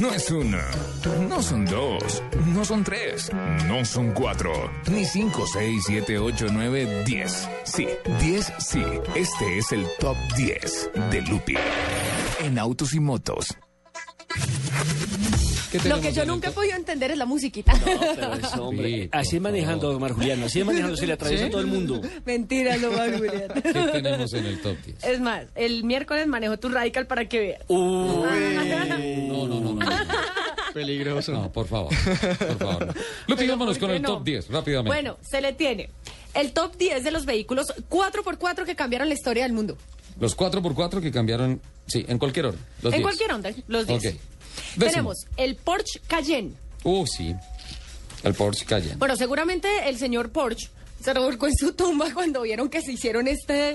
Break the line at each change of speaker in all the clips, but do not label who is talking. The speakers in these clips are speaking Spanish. No es una, no son dos, no son tres, no son cuatro, ni cinco, seis, siete, ocho, nueve, diez. Sí, diez, sí. Este es el top 10 de Lupi en autos y motos.
Lo que yo nunca he podido entender es la musiquita.
Pero es, hombre, así es manejando, Omar Juliano, así es manejando, se le atraviesa
¿Sí?
todo el mundo.
Mentira, no va
¿Qué tenemos en el top 10?
Es más, el miércoles manejo tu radical para que veas.
Uy.
No, no, no, no. no.
Peligroso.
No, por favor, por favor. no. Lupi,
Pero,
vámonos
¿por
con
qué
el
no?
top 10, rápidamente.
Bueno, se le tiene el top 10 de los vehículos 4x4 que cambiaron la historia del mundo.
Los 4x4 que cambiaron, sí, en cualquier orden. Los
en
10.
cualquier onda, los 10.
Ok. Décimo.
Tenemos el Porsche Cayenne.
Uh, sí. El Porsche Cayenne.
Bueno, seguramente el señor Porsche se revolcó en su tumba cuando vieron que se hicieron este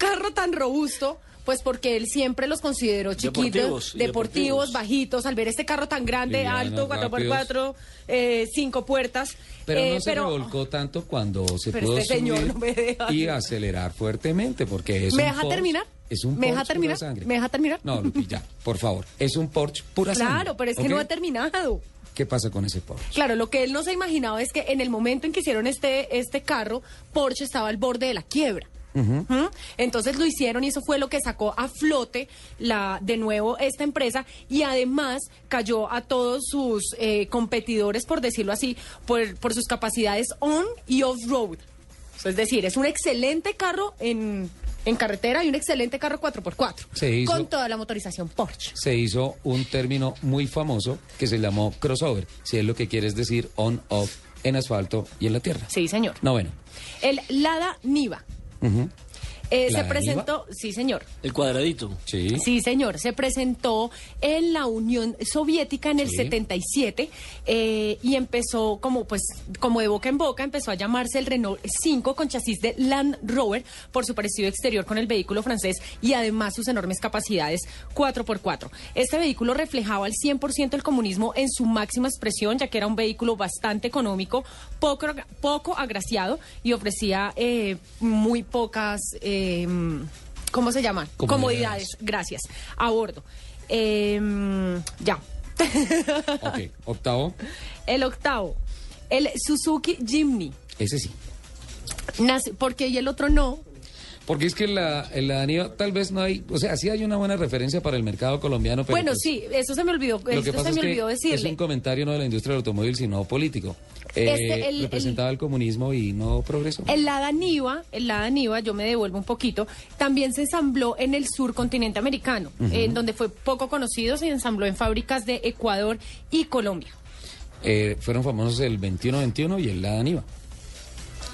carro tan robusto. Pues porque él siempre los consideró chiquitos,
Deportivos,
deportivos,
y deportivos.
bajitos. Al ver este carro tan grande,
Livianos,
alto, 4x4, eh, cinco puertas.
Pero
eh,
no se revolcó tanto cuando se
Pero
pudo
este señor
subir
no me deja.
y acelerar fuertemente, porque es
¿Me
un
deja
Porsche-
terminar?
Es un
¿Me
Porsche
deja
pura
terminar?
sangre.
¿Me deja terminar?
No, Lupi, ya, por favor. Es un Porsche pura sangre.
Claro, pero es que no
¿ok?
ha terminado.
¿Qué pasa con ese Porsche?
Claro, lo que él no se imaginaba es que en el momento en que hicieron este, este carro, Porsche estaba al borde de la quiebra. ¿Mm? Entonces lo hicieron y eso fue lo que sacó a flote la, de nuevo esta empresa y además cayó a todos sus eh, competidores, por decirlo así, por, por sus capacidades on y off-road. Es decir, es un excelente carro en, en carretera y un excelente carro 4x4
Se hizo-
con toda la motorización Porsche.
Se hizo un término muy famoso que se llamó crossover, si es lo que quieres decir on-off en asfalto y en la tierra.
Sí, señor.
No, bueno.
El Lada Niva.
Ujú. ¿Lada
Eh, se
Niva?
presentó, sí, señor.
El cuadradito.
Sí.
Sí, señor. Se presentó en la Unión Soviética en el
Sí.
77 eh, y empezó como pues como de boca en boca empezó a llamarse el Renault 5 con chasis de Land Rover por su parecido exterior con el vehículo francés y además sus enormes capacidades 4x4. Este vehículo reflejaba al 100% el comunismo en su máxima expresión ya que era un vehículo bastante económico, poco, poco agraciado y ofrecía eh, muy pocas... eh, ¿Cómo se llama?
Comodidades.
Comodidades gracias. A bordo. Em, ya.
Ok, octavo,
El octavo. El Suzuki Jimny.
ese sí.
Nace- Porque y el otro no.
Porque es que la, la Aníbal tal vez no hay, o sea, sí hay una buena referencia para el mercado colombiano, pero
bueno,
pues,
sí, eso se me olvidó.
Lo que
Esto
pasa
se me
es
olvidó
que es un
decirle.
comentario no de la industria del automóvil, sino político. Eh,
Este, el-
representaba el, comunismo y no progresó.
El Lada Niva, el Lada Niva, yo me devuelvo un poquito, también se ensambló en el sur continente americano, en donde fue poco conocido, se ensambló en fábricas de Ecuador y Colombia.
Eh, fueron famosos el 21-21 y el Lada Niva.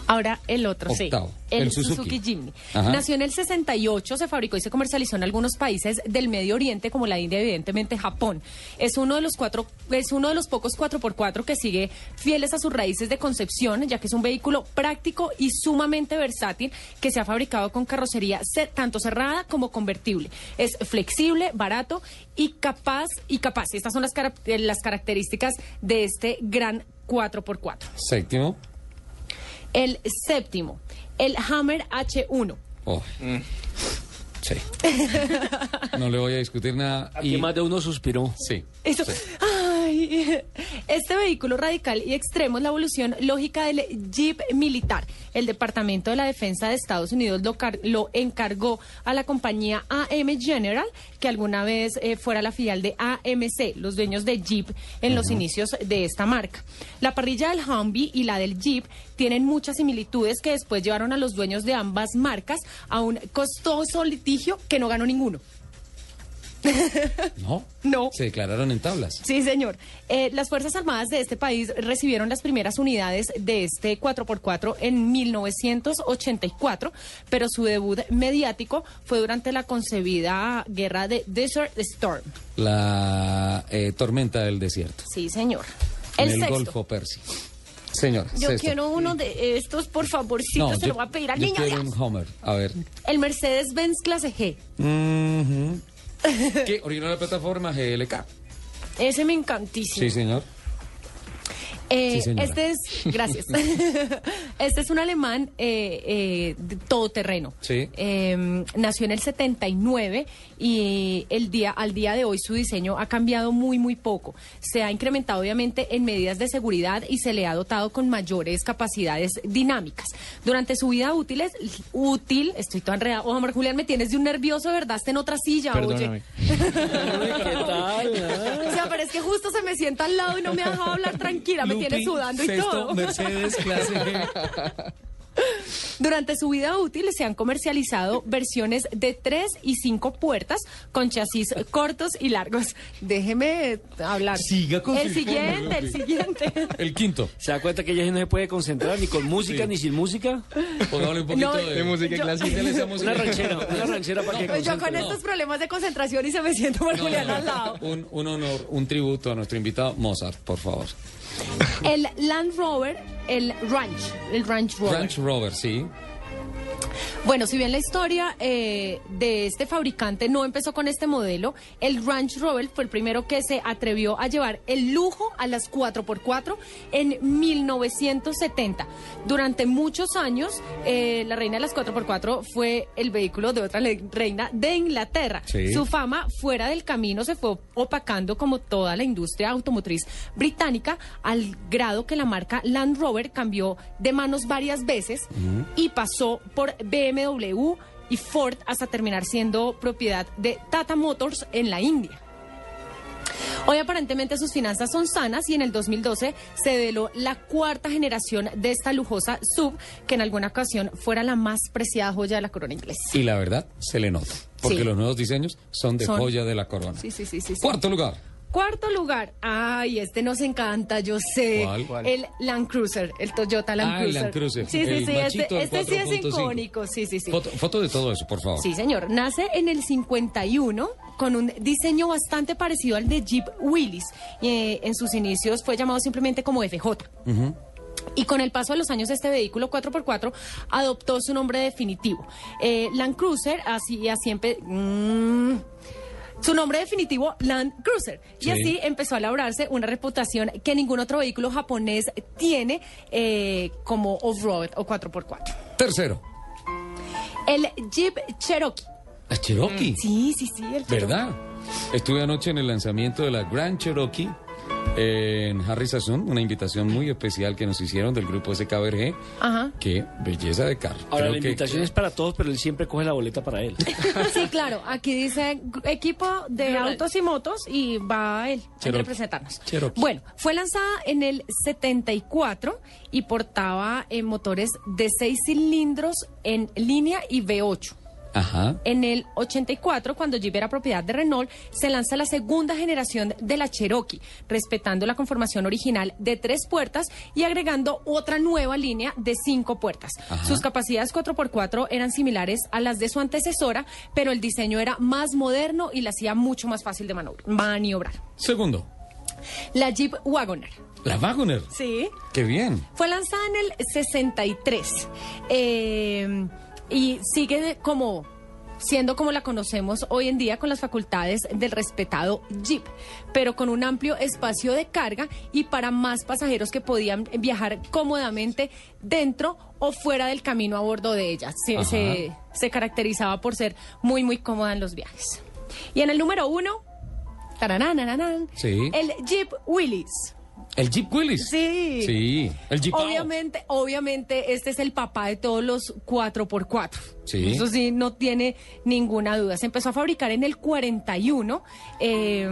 Ahora el otro,
Octavo,
sí. El,
el Suzuki.
Suzuki, Jimny.
Ajá.
Nació en el 68, se fabricó y se comercializó en algunos países del Medio Oriente, como la India, evidentemente Japón. Es uno de los cuatro, es uno de los pocos 4x4 que sigue fieles a sus raíces de concepción, ya que es un vehículo práctico y sumamente versátil que se ha fabricado con carrocería ce- tanto cerrada como convertible. Es flexible, barato y capaz y capaz. Estas son las, cara- eh, las características de este gran 4x4.
Séptimo,
El séptimo, el Hammer H1.
oh. sí. no le voy a discutir nada.
Aquí más de uno suspiró.
Sí.
Eso-
sí.
Ay, este vehículo radical y extremo es la evolución lógica del Jeep militar. El Departamento de la Defensa de Estados Unidos lo, car- lo encargó a la compañía AM General, que alguna vez eh, fuera la filial de AMC, los dueños de Jeep en los inicios de esta marca. La parrilla del Humvee y la del Jeep tienen muchas similitudes que después llevaron a los dueños de ambas marcas a un costoso litigio que no ganó ninguno.
No.
No.
Se declararon en tablas.
Sí, señor. Eh, las Fuerzas Armadas de este país recibieron las primeras unidades de este 4x4 en 1984, pero su debut mediático fue durante la concebida guerra de Desert Storm.
La eh, tormenta del desierto.
Sí, señor.
en el
sexto.
Golfo Persi. Señora,
Yo
sexto.
quiero uno de estos, por favorcito,
No,
se
yo-
lo voy a pedir al
yo
niño
quiero
Dios.
un Homer. A ver.
El Mercedes-Benz Clase G.
Ujú. ¿Qué? Originó la plataforma GLK.
Ese me encantísimo.
Sí, señor.
Eh,
Sí, señora.
este es, gracias. este es un alemán eh, eh, de todoterreno.
Sí.
Eh, nació en el 79 y el día, al día de hoy su diseño ha cambiado muy, muy poco. Se ha incrementado obviamente en medidas de seguridad y se le ha dotado con mayores capacidades dinámicas. Durante su vida útil, es- útil estoy toda enredada. Oh, Omar Julián, me tienes de un nervioso, ¿verdad? Está en otra silla, oye.
Perdóname.
¿Qué tal?
O sea, pero es que justo se me sienta al lado y no me ha dejado hablar tranquila, me tiene sudando y todo.
Mercedes, clase G.
Durante su vida útil se han comercializado versiones de tres y cinco puertas con chasis cortos y largos. Déjeme hablar.
Siga con
El
su-
siguiente, el siguiente.
El quinto.
¿Se da cuenta que ella sí no se puede concentrar ni con música ni sin música?
Pongámosle un poquito
No,
De
de...
música
Yo-
clásica.
Métele esa
Una
música.
ranchera, una ranchera para que
Pues Yo con
concentre.
estos problemas de concentración y se me siento por Julián al lado.
Un, un honor, un tributo a nuestro invitado Mozart, por favor.
El Land Rover, el Ranch, el Ranch Rover.
Ranch Rover, sí.
Bueno, si bien la historia eh, de este fabricante no empezó con este modelo, el Ranch Rover fue el primero que se atrevió a llevar el lujo a las 4x4 en 1970. Durante muchos años, eh, la reina de las 4x4 fue el vehículo de otra le- reina de Inglaterra.
Sí.
Su fama fuera del camino se fue opacando como toda la industria automotriz británica al grado que la marca Land Rover cambió de manos varias veces y pasó por BMW y Ford hasta terminar siendo propiedad de Tata Motors en la India. Hoy aparentemente sus finanzas son sanas y en el 2012 se veló la cuarta generación de esta lujosa sub que en alguna ocasión fuera la más preciada joya de la corona inglesa.
Y la verdad, se le nota. Porque
Sí.
los nuevos diseños son de
Son-
joya de la corona.
Sí, sí, sí, sí, sí.
Cuarto lugar.
Cuarto lugar, ay, este nos encanta, yo sé.
¿Cuál? ¿Cuál?
El Land Cruiser, el Toyota Land
Ah, el
Cruiser.
Land Cruiser,
Sí, sí,
el
sí,
machito
este,
del
este sí es
4.5.
icónico, sí, sí, sí.
Foto, foto de todo eso, por favor.
Sí, señor. Nace en el 51 con un diseño bastante parecido al de Jeep Willys. Eh, en sus inicios fue llamado simplemente como FJ. Y con el paso de los años este vehículo 4x4 adoptó su nombre definitivo. Eh, Land Cruiser, así, así empe- mm. su nombre definitivo, Land Cruiser. Y
Sí.
así empezó a labrarse una reputación que ningún otro vehículo japonés tiene eh, como off-road o 4x4.
Tercero.
El Jeep Cherokee.
A Cherokee.
Mm, Sí, sí, sí. El Cherokee.
¿Verdad? Estuve anoche en el lanzamiento de la Grand Cherokee eh, en Harry Sassoon, una invitación muy especial que nos hicieron del grupo SKBRG.
Ajá.
Qué belleza de carro.
Ahora,
Creo
la
que-
invitación es para todos, pero él siempre coge la boleta para él.
Sí, claro. Aquí dice gr- equipo de autos y motos y va él a
Cherokee.
representarnos.
Cherokee.
Bueno, fue lanzada en el 74 y portaba eh, motores de 6 cilindros en línea y V8.
Ajá.
En el 84, cuando Jeep era propiedad de Renault, se lanza la segunda generación de la Cherokee, respetando la conformación original de tres puertas y agregando otra nueva línea de cinco puertas.
Ajá.
Sus capacidades 4x4 eran similares a las de su antecesora, pero el diseño era más moderno y la hacía mucho más fácil de manobr- maniobrar.
Segundo,
La Jeep Wagoner.
la Wagoner.
Sí.
Qué bien.
Fue lanzada en el 63 eh, y sigue de- como siendo como la conocemos hoy en día con las facultades del respetado Jeep, pero con un amplio espacio de carga y para más pasajeros que podían viajar cómodamente dentro o fuera del camino a bordo de ella. Se,
Ajá.
se- se caracterizaba por ser muy, muy cómoda en los viajes. Y en el número uno, tarananarán,
Sí.
el Jeep Willys.
El Jeep Willis.
Sí.
Sí. El Jeep.
Obviamente, obviamente, este es el papá de todos los 4x4.
Sí.
Eso sí, no tiene ninguna duda. Se empezó a fabricar en el 41. eh,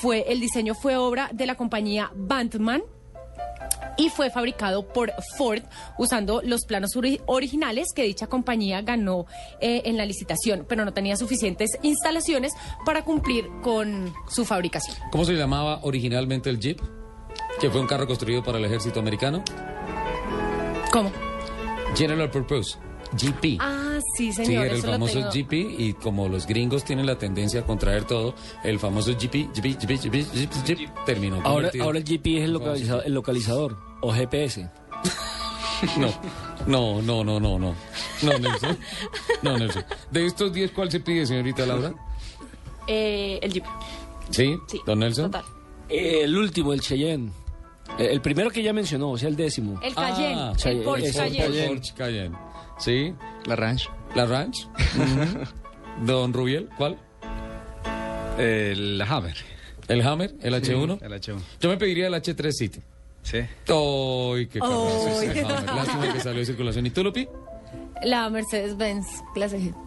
fue, el diseño fue obra de la compañía Bantman y fue fabricado por Ford usando los planos ori- originales que dicha compañía ganó eh, en la licitación, pero no tenía suficientes instalaciones para cumplir con su fabricación.
¿Cómo se llamaba originalmente el Jeep? Que fue un carro construido para el ejército americano.
¿Cómo?
General Purpose. GP.
Ah, sí, señor.
Sí, era el
eso lo
famoso
tengo.
GP y como los gringos tienen la tendencia a contraer todo, el famoso GP, GP, GP, GP, GP, terminó.
Ahora,
convertido-
ahora el GPS es el, localiza- el localizador o GPS.
No, no, no, no, no, no. No, Nelson. No, Nelson. De estos 10, ¿cuál se pide, señorita Laura?
Eh, el Jeep.
¿Sí?
Sí.
¿Don Nelson?
Total.
Eh, el último, el Cheyenne. Eh, El primero que ya mencionó, o sea, el décimo.
El Cayenne,
Ah,
sí,
el Porsche
el
Cayenne.
Cayenne. Porsche Cayenne. Sí,
La Ranch.
la Ranch. Ujú. Don Rubiel, ¿cuál?
El Hammer.
¿El Hammer? ¿El H1?
El H1.
Yo me pediría el H3 City.
Sí.
¡Ay, qué carro!
Ay.
Hammer. Lástima que salió de circulación. ¿Y tú, Lupi?
La Mercedes-Benz, clase G.